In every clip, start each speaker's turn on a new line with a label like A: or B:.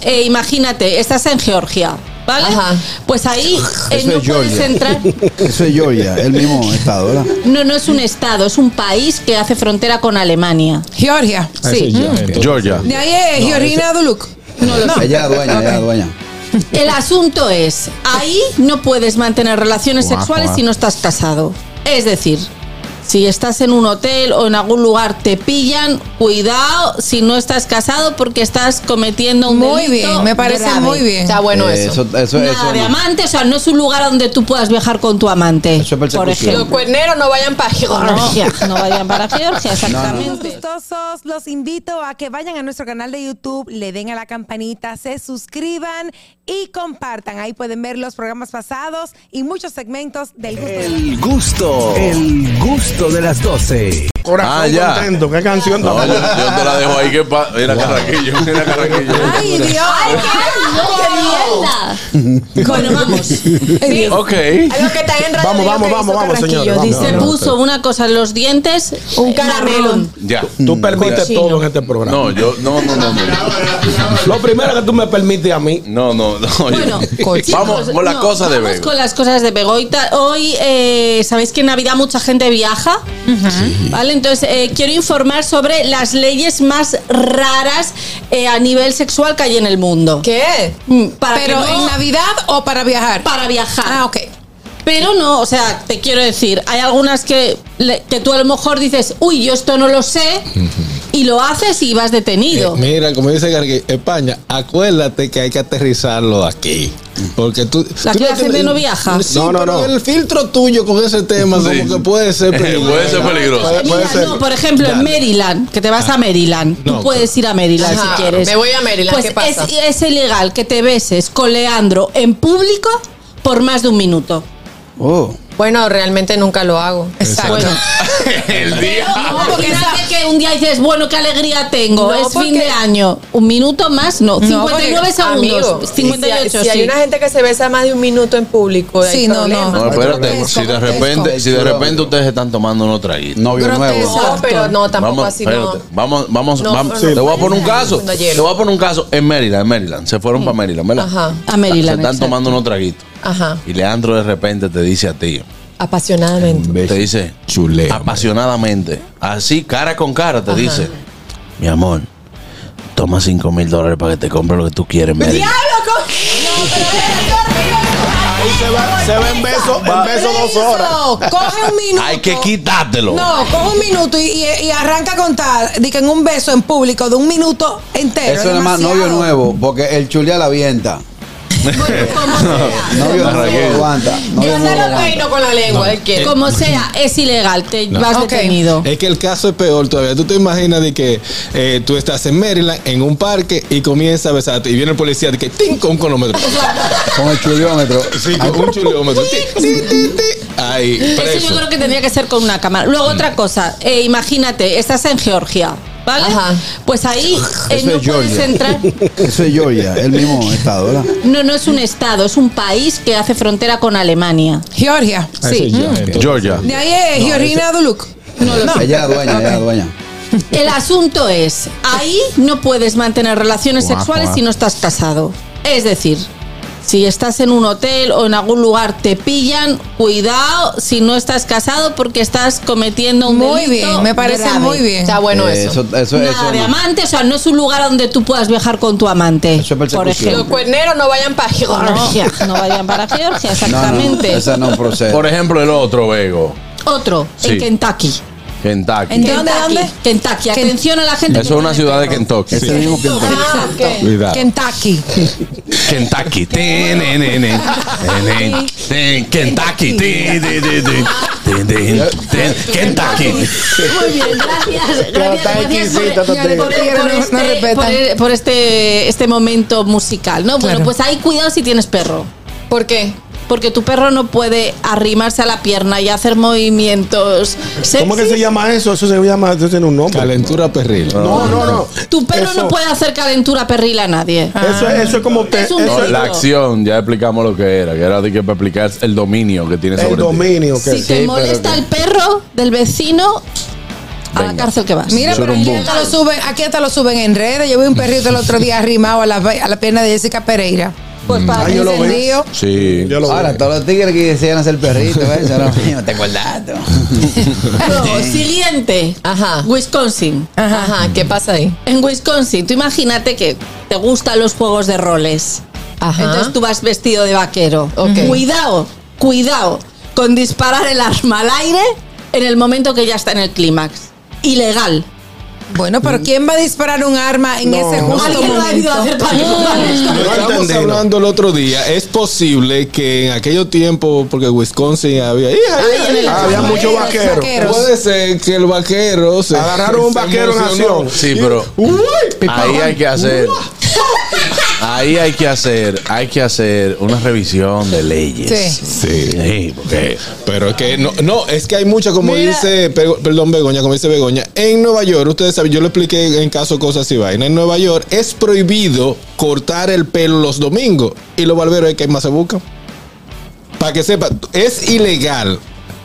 A: eh, imagínate, estás en Georgia, ¿vale?
B: Ajá.
A: Pues ahí eh,
C: Eso
A: no puedes
C: es Georgia.
A: entrar.
C: Eso es Georgia, el mismo estado, ¿verdad?
A: No, no es un estado, es un país que hace frontera con Alemania.
B: Georgia. Mm.
A: Sí.
D: Georgia.
B: De ahí es Georgina Duluc.
C: Ella dueña, ella dueña.
A: El asunto es, ahí no puedes mantener relaciones
D: Guau,
A: sexuales
D: guau.
A: si no estás casado. Es decir, si estás en un hotel o en algún lugar te pillan, cuidado si no estás casado porque estás cometiendo un
B: Muy
A: delito
B: bien, me parece
A: grave.
B: muy bien.
E: Está bueno
C: Eh,
E: eso.
C: Eso, eso,
A: Nada
C: eso
A: de
C: no.
A: amante, o sea, no es un lugar donde tú puedas viajar con tu amante.
C: Eso es
A: por
C: persecución.
A: ejemplo.
E: Los cuerneros no vayan para Georgia.
A: Georgia. No vayan para Georgia,
F: Saludos
A: exactamente.
F: gustosos, los invito a que vayan a nuestro canal de YouTube, le den a la campanita, se suscriban y compartan. Ahí pueden ver los programas pasados y muchos segmentos del gusto. de la-
G: El gusto, el gusto de las 12.
H: Corazón
D: Ah, ya.
H: contento, qué canción tan
D: No, Ah, yo,
H: buena.
D: yo te la dejo ahí que pa- era carraquillo, era carraquillo.
B: Ay, Dios.
E: Ah,
A: ¡Qué mierda! Bueno, vamos.
D: Ok.
E: A los que están en radio,
H: Vamos,
E: digo que
H: vamos, vamos,
E: hizo
H: vamos,
E: Carrasquillo,
H: señores, vamos.
A: Se
E: dice.
A: puso una cosa en los dientes, un
E: caramelo.
D: Ya.
I: Mm,
H: Tú permites todo en este programa.
D: No, yo, no, no, no, no.
H: Lo primero que tú me permites a mí.
D: No, no, no. yo-
A: Bueno, chicos,
D: vamos con las
A: no,
D: cosas de
A: vamos
D: Bego.
A: con las cosas de Begoita. Hoy, eh, sabéis que en Navidad mucha gente viaja, ¿vale? Entonces, eh, quiero informar sobre las leyes más raras eh, a nivel sexual que hay en el mundo.
B: ¿Qué?
A: Mm, Para
B: ¿Pero
A: que no-
B: en Navidad o para viajar?
A: Para viajar.
B: Ah, ok.
A: Pero no, o sea, te quiero decir, hay algunas que, le- que tú a lo mejor dices, uy, yo esto no lo sé, y lo haces y vas
I: Eh,
A: detenido.
I: mira, como dice Gargui, España, acuérdate que hay que aterrizarlo aquí. Porque tú.
A: La
I: tú
A: que la gente no viaja.
I: Sí,
H: No, no,
I: pero
H: no.
I: El filtro tuyo con ese tema,
D: Sí.
I: como que puede ser peligroso.
D: Puede ser peligroso.
I: Puede- puede
A: Mira,
I: ser-
A: no, por ejemplo, en
I: Dale.
A: Maryland, que te vas a Maryland.
I: No,
A: tú puedes ir a Maryland
E: Ajá,
A: si quieres.
E: me voy a Maryland,
A: Pues
E: ¿qué pasa?
A: Es, es ilegal que te beses con Leandro en público por más de un minuto.
C: Oh,
E: Bueno, realmente nunca lo hago.
B: Exacto.
A: Bueno,
D: El
A: pero
D: día.
A: no, Ah, porque sabes que un día dices, bueno, qué alegría tengo,
E: No,
A: es fin
E: porque-
A: de año. Un minuto más, no. 59 segundos.
E: Amigo,
A: 58,
E: si, si hay
A: sí.
E: una gente que se besa más de un minuto en público, hay
B: Sí, no, no.
E: problema.
D: No, espérate,
B: Grotesco,
D: si de repente,
B: grotesco.
D: si de repente ustedes están tomando unos traguitos.
C: novio
B: Grotesco.
C: nuevo.
E: No, pero no, tampoco
D: Vamos,
E: así no.
D: espérate, vamos, vamos,
E: No,
D: vamos.
E: pero
D: te
E: no
D: voy a poner un
E: puede ser
D: caso.
E: segundo hielo.
D: Te voy a poner un caso en Maryland, en Maryland. Se fueron para Maryland, ¿verdad?
E: Ajá.
A: A Maryland,
D: Se están
A: exacto.
D: tomando unos traguitos.
E: Ajá.
D: Y Leandro de repente te dice a ti,
E: Apasionadamente.
D: te dice
I: Chuleo.
D: Eh, apasionadamente, así cara con cara, te dice, mi amor, toma 5 mil dólares para que te compre lo que tú quieres, en Maryland".
H: Ahí se, va, se ven besos, en besos dos horas.
B: Eso, Coge un minuto.
D: Hay que quitártelo.
B: No, coge un minuto y, y- y arranca a contar. Diga en un beso en público de un minuto entero.
C: Eso es más
B: demasiado.
C: novio nuevo, porque el chulea la avienta. Novio nuevo
D: Raquel.
C: aguanta. Novio
E: Yo
C: nuevo
E: se lo
C: aguanta.
E: peino con la lengua, él
C: eh,
E: quiere.
A: Como sea, es ilegal, te
I: No.
A: vas
B: Ok.
A: detenido.
I: Es que el caso es peor todavía. Tú te imaginas de que eh, tú estás en Maryland, en un parque, y comienza a besarte. Y viene el policía de que ¡ting! con un cronómetro.
C: Con el chuliómetro.
I: Sí, con un chuleómetro. Ti, ti, ti, ti. Ahí,
A: Eso
I: preso.
A: yo creo que tendría que ser con una cámara. Luego otra
C: Mm.
A: cosa, eh, imagínate, estás en Georgia, ¿vale?
E: Ajá.
A: Pues ahí eh,
C: Eso
A: no
C: es
A: puedes
C: Georgia.
A: entrar.
C: Eso es Georgia, el mismo estado, ¿verdad?
A: No, no es un estado, es un país que hace frontera con Alemania.
B: Georgia.
A: Sí.
I: Mm.
D: Georgia.
B: De ahí es Georgina Duluc.
C: Ella dueña, ella dueña.
A: El asunto es, ahí no puedes mantener relaciones
D: Guau,
A: sexuales
D: guau.
A: si no estás casado. Es decir, si estás en un hotel o en algún lugar te pillan, cuidado si no estás casado porque estás cometiendo un
B: Muy
A: delito
B: bien, me parece
A: grave.
B: muy bien.
E: Está bueno
C: Eh,
E: eso.
C: Eso, eso,
A: Nada
C: eso
A: de
C: no.
A: amante, o sea, no es un lugar donde tú puedas viajar con tu amante.
C: Eso es persecución.
A: por
E: Los
A: ejemplo.
E: cuerneros no vayan para Georgia.
A: Georgia, no vayan para Georgia,
C: No, no,
A: exactamente.
C: esa no procede.
D: Por ejemplo, el otro Vego,
A: Otro,
D: Sí.
A: en Kentucky.
D: Kentucky.
B: ¿En dónde,
A: Kentucky,
B: dónde?
A: Kentucky.
B: Ken-
A: Atención a la gente.
D: Eso es una ciudad de Kentucky.
C: Ese mismo que entró.
E: Ah, ok.
I: Cuidado.
B: Kentucky.
D: Kentucky. Ten, nen, nen, nen. Nen, nen. Ten, Kentucky. Ten, ten, ten, ten. Ten, ten, ten. Kentucky.
A: Muy bien, gracias. Gracias, gracias por, por- por este,
B: no respetan.
A: por- por este, este momento musical. ¿no? Bueno,
B: Claro.
A: pues ahí cuidado si tienes perro.
E: ¿Por qué?
A: Porque tu perro no puede arrimarse a la pierna y hacer movimientos.
H: ¿Cómo que se
A: sexys.
H: llama eso? Eso se llama, eso tiene un nombre.
I: Calentura perril.
H: No, no, no.
A: Tu perro
H: Eso-
A: no puede hacer calentura perril a nadie.
H: Eso, es- eso es como te-
A: Es un
H: eso
D: No,
H: es
D: la acción, ya explicamos lo que era, que era de que para explicar el dominio que tiene sobre
H: el
D: ti.
H: dominio. que
A: Si
H: es.
A: te molesta el perro del vecino, a la cárcel que vas.
B: Mira, pero aquí hasta, lo suben, aquí hasta lo suben en redes. Yo vi un perrito el otro día arrimado a la, ve- a la pierna de Jessica Pereira.
A: pues para
C: Ah, yo lo vi.
B: Encendido.
I: Sí.
H: Yo lo veo.
C: Ahora, todos los tigres que decían hacer perrito, ¿eh? Ahora mismo, te acordaste.
A: Luego, siguiente.
E: Ajá.
A: Wisconsin.
E: Ajá, ajá, ¿qué pasa ahí?
A: En Wisconsin, tú imagínate que te gustan los juegos de roles.
E: Ajá.
A: Entonces tú vas vestido de vaquero.
E: Ok.
A: Cuidado, cuidado con disparar el arma al aire en el momento que ya está en el clímax. Ilegal.
B: Bueno, pero ¿quién va a disparar un arma en ese justo
A: Alguien lo ha debido
B: momento? Mm.
A: hacer para
E: Ah.
I: Lo estábamos hablando el otro día. Es posible que en aquello tiempo, porque Wisconsin había. ¡Hija, hija,
A: en el-
I: hija!
H: Había muchos
B: Vaqueros,
H: vaqueros.
B: vaqueros.
I: Puede ser que el vaquero se.
H: Agarraron un
I: se
H: vaquero en
I: emocionó.
H: acción.
D: Sí, pero
H: Uh,
I: ¡Uy!
D: ahí hay que hacer. Ahí hay que hacer, hay que hacer una revisión de leyes.
B: Sí.
I: Sí.
D: Sí, porque
I: Pero es que no, no, es que hay mucho, como
A: Mira.
I: dice, Pe- perdón, Begoña, como dice Begoña, en Nueva York, ustedes saben, yo lo expliqué en caso cosas y vaina. En Nueva York es prohibido cortar el pelo los domingos y los barberos es que más se buscan. Para que sepa, es ilegal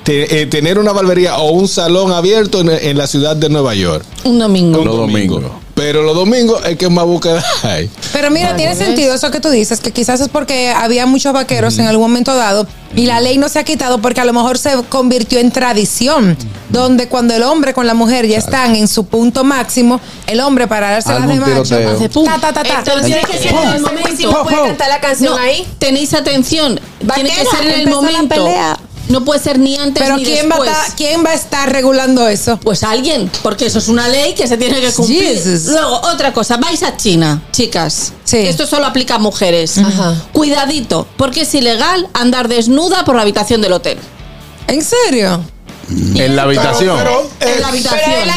I: te- eh, tener una barbería o un salón abierto en, en la ciudad de Nueva York.
A: Un domingo.
I: Un
D: Los domingos.
I: Pero los domingos es que más busca hay.
B: Pero mira, tiene sentido eso que tú dices, que quizás es porque había muchos vaqueros en algún momento dado y la ley no se ha quitado porque a lo mejor se convirtió en tradición, donde cuando el hombre con la mujer ya están en su punto máximo, el hombre para darse las de
C: Algún
B: macho,
C: tiroteo.
B: hace pum, ta, ta, ta, ta.
E: Entonces tiene que ser en el momento.
B: Po, po.
E: ¿Puede cantar la canción
A: No,
E: ahí?
A: tenéis atención. Tiene que
E: Vaquera,
A: ser en el
E: empezó la
A: momento.
E: pelea.
A: No puede ser ni antes
B: Pero
A: ni
B: ¿quién va, a
A: después.
B: ta- ¿quién va a estar regulando eso?
A: Pues alguien, porque eso es una ley que se tiene que cumplir.
B: Jesus.
A: Luego, otra cosa, vais a China, chicas.
B: Sí.
A: Esto solo aplica a mujeres.
E: Ajá.
A: Cuidadito, porque es ilegal andar desnuda por la habitación del hotel.
B: ¿En serio?
D: en la habitación.
H: Pero, eh,
A: en la
E: Pero en la
A: habitación.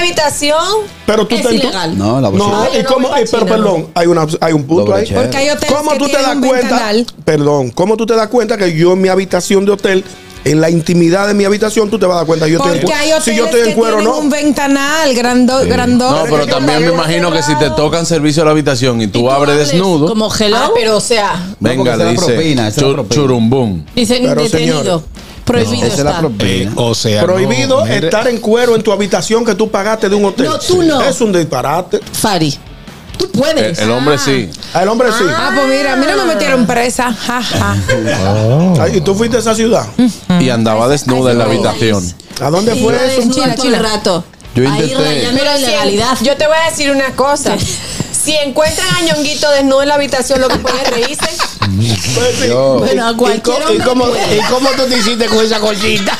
E: habitación.
H: pero tú
A: Es
H: te-
A: ilegal.
C: No, la
H: No,
C: posibilidad.
H: y cómo,
E: no,
H: eh, pero
E: China, no.
H: perdón, hay, una, hay un punto
C: Doble
H: ahí.
C: check. Porque
B: hay hoteles
H: ¿Cómo
B: que
H: tú te
B: tienen
H: das
B: un
H: cuenta?
B: ventanal.
H: Perdón, ¿cómo tú te das cuenta que yo en mi habitación de hotel, en la intimidad de mi habitación, tú te vas a dar cuenta? Yo estoy en
B: Porque
H: cu-
B: hay hoteles
H: si yo estoy en
B: que
H: cuero,
B: tienen
H: no.
B: un ventanal grando, grandote.
D: No, pero
H: que yo
D: también me
H: bailo
D: imagino que si te tocan servicio a la habitación y tú,
A: Y tú
D: abres
A: hables
D: desnudo,
A: Como hello.
E: Ah, pero o sea.
D: venga,
C: No, porque esa
D: le
C: es la
D: dice
C: propina, esa es la
D: chur-
C: propina.
D: churumbum.
A: Dicen
H: Pero,
A: detenido.
H: señor,
A: prohibido
C: Esa es la
A: está.
I: Eh,
C: propina.
I: o sea, no,
H: Prohibido eh,
I: mire,
H: estar en cuero en tu habitación que tú pagaste de un hotel.
A: No, tú no.
H: Es un disparate.
A: Fari. Tú
D: El,
A: puedes.
D: Eh, el hombre sí.
H: El hombre sí.
B: Ah, pues mira, mira, me metieron presa. Ja, ja.
H: Ay, Ah, ¿Y tú fuiste a esa ciudad?
D: Y andaba desnuda en la
A: ay,
D: habitación.
H: ¿A dónde
A: Y
H: fue
A: iba
H: eso?
A: desnuda
B: China,
A: todo
B: China.
A: el rato.
C: Yo
A: Ahí
C: intenté-
A: rayando la
E: si-
A: ilegalidad.
E: yo te voy a decir una cosa. Si encuentran a Ñonguito desnudo en la habitación, lo que pueden es reírse.
H: Pues sí.
C: Yo-
A: Bueno, a cualquier
H: ¿Y
A: hombre
H: cómo,
A: puede.
H: y cómo tú te hiciste con esa colchita?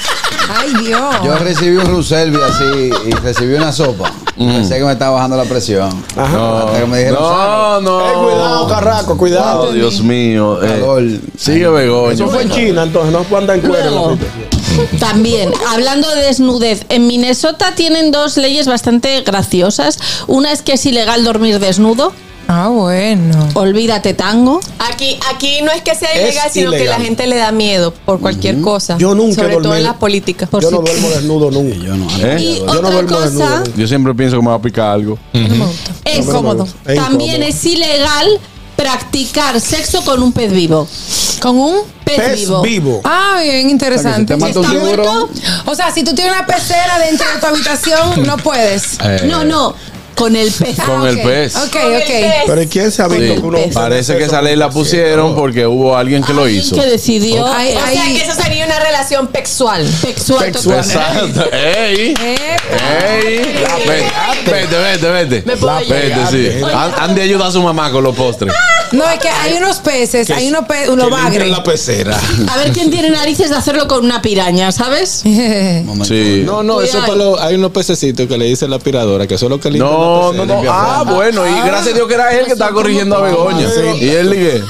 B: Ay, Dios.
C: Yo recibí un Ruselvi así y recibí una sopa. Pensé que me estaba bajando la presión. Hasta que me dijeron, "Sal".
D: No, no.
H: Eh, cuidado, carraco, cuidado.
D: Oh, Dios mío. eh.
C: Calor.
D: sigue Begoña.
H: Eso fue en China, entonces no puedo andar en cuero.
A: Luego, también, hablando de desnudez, en Minnesota tienen dos leyes bastante graciosas. Una es que es ilegal dormir desnudo,
B: Ah, bueno.
A: olvídate tango.
E: Aquí, aquí no es que sea
H: Es
E: ilegal, sino que
H: ilegal.
E: la gente le da miedo por cualquier cosa.
H: Yo nunca
E: Sobre
H: he
E: todo en
H: dormido.
E: las políticas.
H: Yo no duermo desnudo nunca.
C: Yo no.
D: ¿Eh?
A: Y
H: yo no
A: otra
H: duermo
A: cosa
H: desnudo.
D: Yo siempre pienso que me va a picar algo.
A: es
H: No me
A: cómodo.
H: gusta. Es
A: También
H: incómodo.
A: es ilegal practicar sexo con un pez vivo.
B: ¿Con un?
A: Pez,
H: Pez
A: vivo.
H: vivo.
B: Ah, bien
C: O sea, que si
B: interesante.
C: te mata un
A: ¿Está
C: tiburón,
B: O sea, si tú tienes una pecera dentro de tu habitación, no puedes.
I: eh,
A: No, no, con el pez.
D: Con
B: Ah,
D: el
B: ok.
D: pez.
B: Ok,
E: Con el
B: ok.
E: pez.
H: Pero ¿y ¿quién se ha visto
D: Sí.
H: que uno
D: Parece que esa ley la pusieron porque hubo alguien que lo
A: Alguien
D: hizo.
A: Que decidió
B: Ay,
E: O sea que eso sería una relación sexual.
A: sexual.
D: Exacto. ¡Ey!
B: Eh,
D: ¡Ey! Vete, Vete, vete, vete.
E: Me puedo ayudar.
D: Vete, sí. Han, han de ayudar a su mamá con los postres.
B: No, es que hay unos peces, hay unos pe unos
I: en
B: bagres.
I: la pecera.
A: A ver quién tiene narices de hacerlo con una piraña, ¿sabes?
D: Sí.
I: No, no, eso
A: Cuidado.
I: para los- hay unos pececitos que le dice la aspiradora, que son los que limpian
D: No,
I: la
D: no,
I: pecera,
D: no.
I: limpian
D: Ah,
I: fama.
D: bueno, y gracias a Dios que era él que estaba corrigiendo a Begoña.
I: Sí.
D: Y él dije.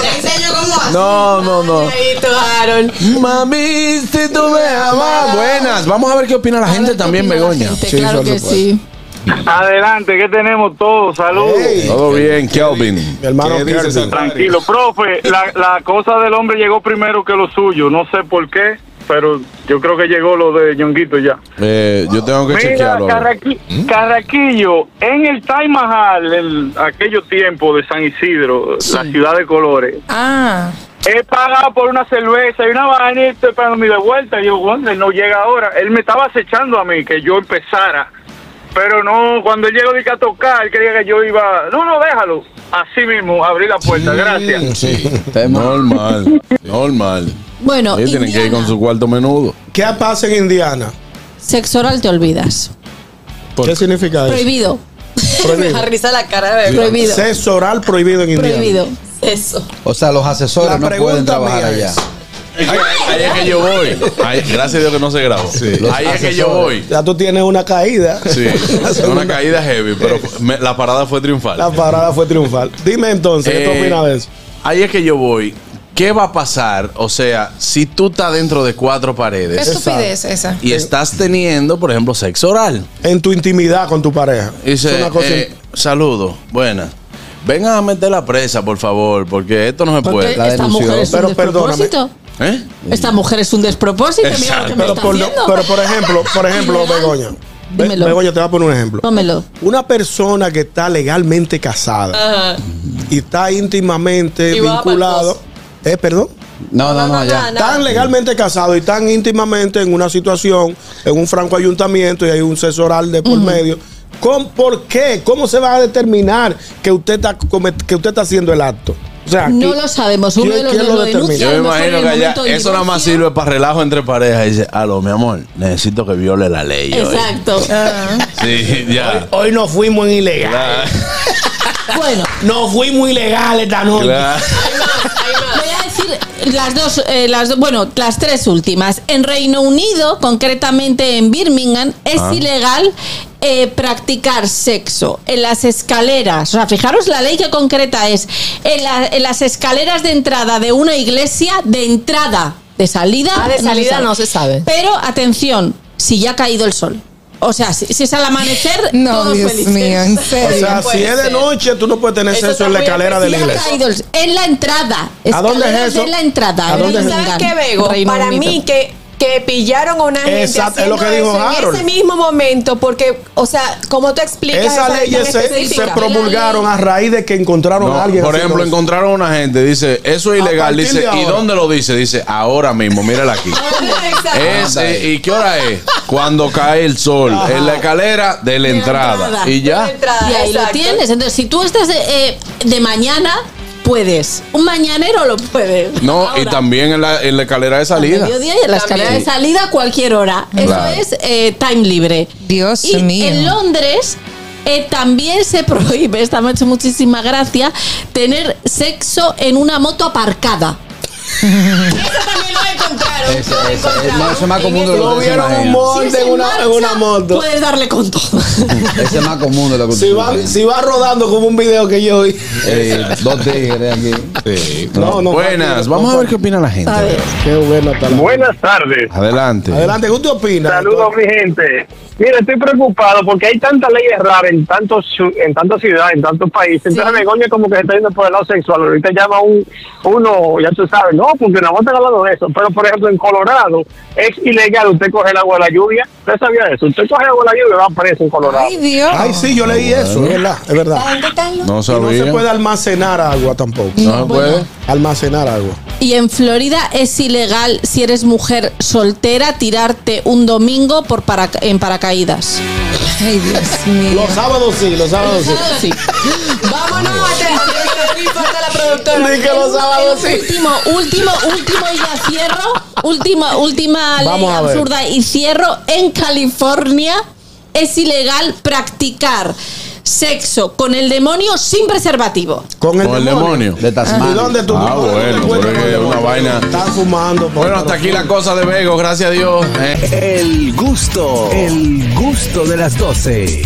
E: Te enseño cómo hacer.
D: No, no, no.
E: Ahí tú, Aaron.
D: Mami, si tú me amas. Buenas. Vamos a ver qué opina la gente también, Begoña.
A: Gente, claro que sí.
J: Adelante, que tenemos todos, saludos.
H: Ey,
D: Todo bien, Kelvin.
H: mi hermano
I: ¿Qué dice
H: Kelvin.
I: esa-
J: Tranquilo, profe, la, la cosa del hombre llegó primero que lo suyo, no sé por qué, pero yo creo que llegó lo de Ñonguito ya.
D: Eh, yo tengo que
J: Mira,
D: chequearlo. ahora. ¿Mm?
J: Carraqui- Carraquillo, en el Taj Mahal, en aquellos tiempos de San Isidro, la ciudad de colores,
B: Ah,
J: he pagado por una cerveza y una vaina y estoy esperando mi devuelta. Y yo, ¿dónde? No llega ahora. Él me estaba acechando a mí que yo empezara. Pero no, cuando él llegó dije, a tocar, él creía que yo iba. No, no, déjalo. Así mismo, abrí la puerta. Gracias.
D: Sí, normal, normal.
A: Bueno,
D: Ellos tienen que ir con
A: Indiana,
D: su cuarto menudo.
H: ¿Qué pasa en Indiana?
A: sexo oral te olvidas.
H: ¿Qué significa eso?
A: Prohibido.
H: Prohibido.
E: risa la cara de bebé.
A: Prohibido.
H: Sexo oral prohibido en Indiana.
A: Prohibido.
E: Eso.
C: O sea, los asesores
H: La
C: no pueden
H: pregunta
C: trabajar allá.
H: mía es,
D: Ahí, ahí es que yo voy. Ahí- gracias a Dios que no se grabó. Ahí es que yo voy.
H: Ya tú tienes una caída.
D: Sí,
H: segunda-
D: una caída heavy, pero me- la parada fue triunfal.
H: La parada fue triunfal. Dime entonces, ¿qué tú
D: Eh,
H: opinas de eso?
D: Ahí es que yo voy. ¿Qué va a pasar? O sea, si tú estás dentro de cuatro
B: Qué
D: paredes
B: estupidez esa.
D: y estás teniendo, por ejemplo, sexo oral.
H: En tu intimidad con tu pareja.
D: Y Dice,
H: es una cosa
D: eh, saludo, buenas. Vengan a meter la presa, por favor, porque esto no se
A: Porque
D: puede.
C: la
A: esta
C: denunció.
A: mujer es un
H: Pero perdóname.
A: despropósito.
D: ¿Eh?
A: Esta mujer es un despropósito. Mira lo que me
H: pero,
A: está
H: por,
A: haciendo.
H: pero por ejemplo, por ejemplo, Begoña. Be-
A: Dímelo.
H: Begoña, te voy a poner un ejemplo.
A: Pómelo.
H: Una persona que está legalmente casada
E: Ajá.
H: y está íntimamente
E: Y va para el
H: vinculado.
E: coso.
H: ¿Eh, perdón?
C: No, no, no,
E: no,
C: ya.
E: no, no.
H: Están legalmente casados y están íntimamente en una situación, en un franco ayuntamiento y hay un sexo oral de por medio. ¿Con, ¿Por qué? ¿Cómo se va a determinar que usted está, comet- que usted está haciendo el acto? O sea,
A: No
H: ¿qui-
A: lo sabemos. Uno
H: quién-
A: de los
H: quién
A: dos lo
H: determina?
A: denuncia.
D: Yo me
A: a lo mejor
D: imagino
A: en
D: que
A: el
D: allá
A: momento del
D: eso nada más
A: divorcio.
D: sirve para relajo entre parejas. Y dice, aló, mi amor, necesito que viole la ley. hoy".
A: Exacto.
H: Ah.
D: Sí, ya.
H: Hoy nos fuimos en ilegal.
D: Claro,
A: bueno,
H: Nos fuimos ilegales esta noche.
D: claro.
A: voy a decir las dos, eh, las do- bueno, las tres últimas. En Reino Unido, concretamente en Birmingham, es ilegal eh, practicar sexo en las escaleras. O sea, fijaros la ley que concreta es en, la- en las escaleras de entrada de una iglesia, de entrada, de salida.
E: Ah, de salida no se sabe.
A: Pero atención, si ya ha caído el sol. O sea, si, si es al amanecer,
B: No,
A: todos
B: Dios
A: felices.
B: mío, en
H: O
B: serio.
H: sea,
E: No puede
H: si es de
E: ser.
H: noche, tú no puedes tener
E: Eso
H: sexo
E: está
H: en la
E: muy
H: escalera de la
A: Ya
H: iglesia.
A: caído el- en la entrada.
H: ¿A dónde es
A: Escaleras
H: eso?
A: De la entrada.
H: ¿A dónde
A: en
H: es
E: ¿Sabes
A: Birmingham,
E: qué, Bego?
A: Reino
E: Para
A: Unido.
E: mí que, que pillaron a una gente
H: Exacto, es lo que
E: haciendo
H: dijo
E: eso En
H: Harold.
E: ese mismo momento, porque, o sea, como tú explicas
H: Esas
E: esa
H: leyes
E: tan
H: se, se
E: específica?
H: promulgaron a raíz de que encontraron
D: No,
H: a alguien.
D: por
H: haciendo
D: ejemplo,
H: eso.
D: encontraron a una gente, dice, eso es
H: A
D: ilegal,
H: partir
D: dice,
H: de
D: ¿y
H: ahora".
D: dónde lo dice? Dice, ahora mismo, mírala aquí.
A: Ah.
E: Exacto.
D: Es, eh, ¿Y qué hora es? Cuando cae el sol, en la escalera de la entrada.
A: entrada.
D: Y ya.
E: De entrada,
A: Y ahí lo
E: exacto.
A: tienes. Entonces, si tú estás eh, de mañana, puedes. Un mañanero lo puedes.
D: No, y
A: Ahora,
D: también en la, en la escalera de
A: al
D: salida.
A: mediodía y en la escalera de
E: También.
A: salida a cualquier hora.
D: Claro.
A: Eso es eh, time libre.
B: Dios
A: y
B: mío.
A: en Londres eh, también se prohíbe, esta me ha hecho muchísima gracia, tener sexo en una moto aparcada.
E: Eso también lo encontraron.
C: Ese-
E: lo
C: ese-
E: encontraron.
C: no, eso es más
E: En
C: común de
E: ese-
C: lo
H: Lo
C: que se
H: vieron en un
C: imagina.
A: Si
H: monte,
A: es
H: en
A: en
H: una, en
A: marcha,
H: una moto.
A: Puedes darle con todo.
C: Ese es más común de lo que
H: Si
C: tú
H: va,
C: crees.
H: si va rodando como un video que yo vi.
C: Eh, Dos tigres aquí.
D: Sí.
H: No, no,
D: Buenas,
H: no,
D: vamos a
H: no,
D: ver qué opina la gente.
A: A ver.
H: Qué bueno está la-
J: Buenas tardes.
D: Adelante.
H: Adelante, ¿qué usted opina?
J: Saludos, mi gente. Mira, estoy preocupado porque hay tantas leyes raras en tantos su- en tantas ciudades, en tantos países. Entonces, Begoña como que se está yendo por el lado sexual. Ahorita llama un uno, ya tú sabes, no, porque no vamos a estar hablando de eso. Pero, por ejemplo, en Colorado es ilegal usted coge el agua de la lluvia. ¿Usted sabía eso? Usted coge el agua de la lluvia y va preso en Colorado.
B: Ay, Dios.
H: Ay, sí, yo leí eso, es verdad, es verdad.
D: No
H: Y no
D: sabía.
H: se puede almacenar agua tampoco.
D: No se puede.
H: Almacenar agua.
A: Y en Florida es ilegal si eres mujer soltera tirarte un domingo por para, en paracaídas.
B: Ay, Dios mío.
H: Los sábados sí, los sábados sí.
A: Sí.
E: Vámonos a te- a te- a te- falta la productora.
H: Ni que los sábados Oh, sí.
A: Último, último, último y ya cierro. Última, última ley
H: Vamos a ver.
A: absurda y cierro. En California es ilegal practicar sexo con el demonio sin preservativo.
H: Con el,
D: Con el
H: demonio.
D: demonio.
C: De
H: ¿Y
C: Tasmania.
H: dónde tú
D: Ah,
H: dónde tú
D: bueno,
H: te encuentras
D: pero
H: con el
D: es una
H: demonio?
D: vaina.
H: Están fumando. por-
D: Bueno, hasta aquí la cosa de Vego, gracias a Dios. Eh.
G: El gusto, el gusto de las doce.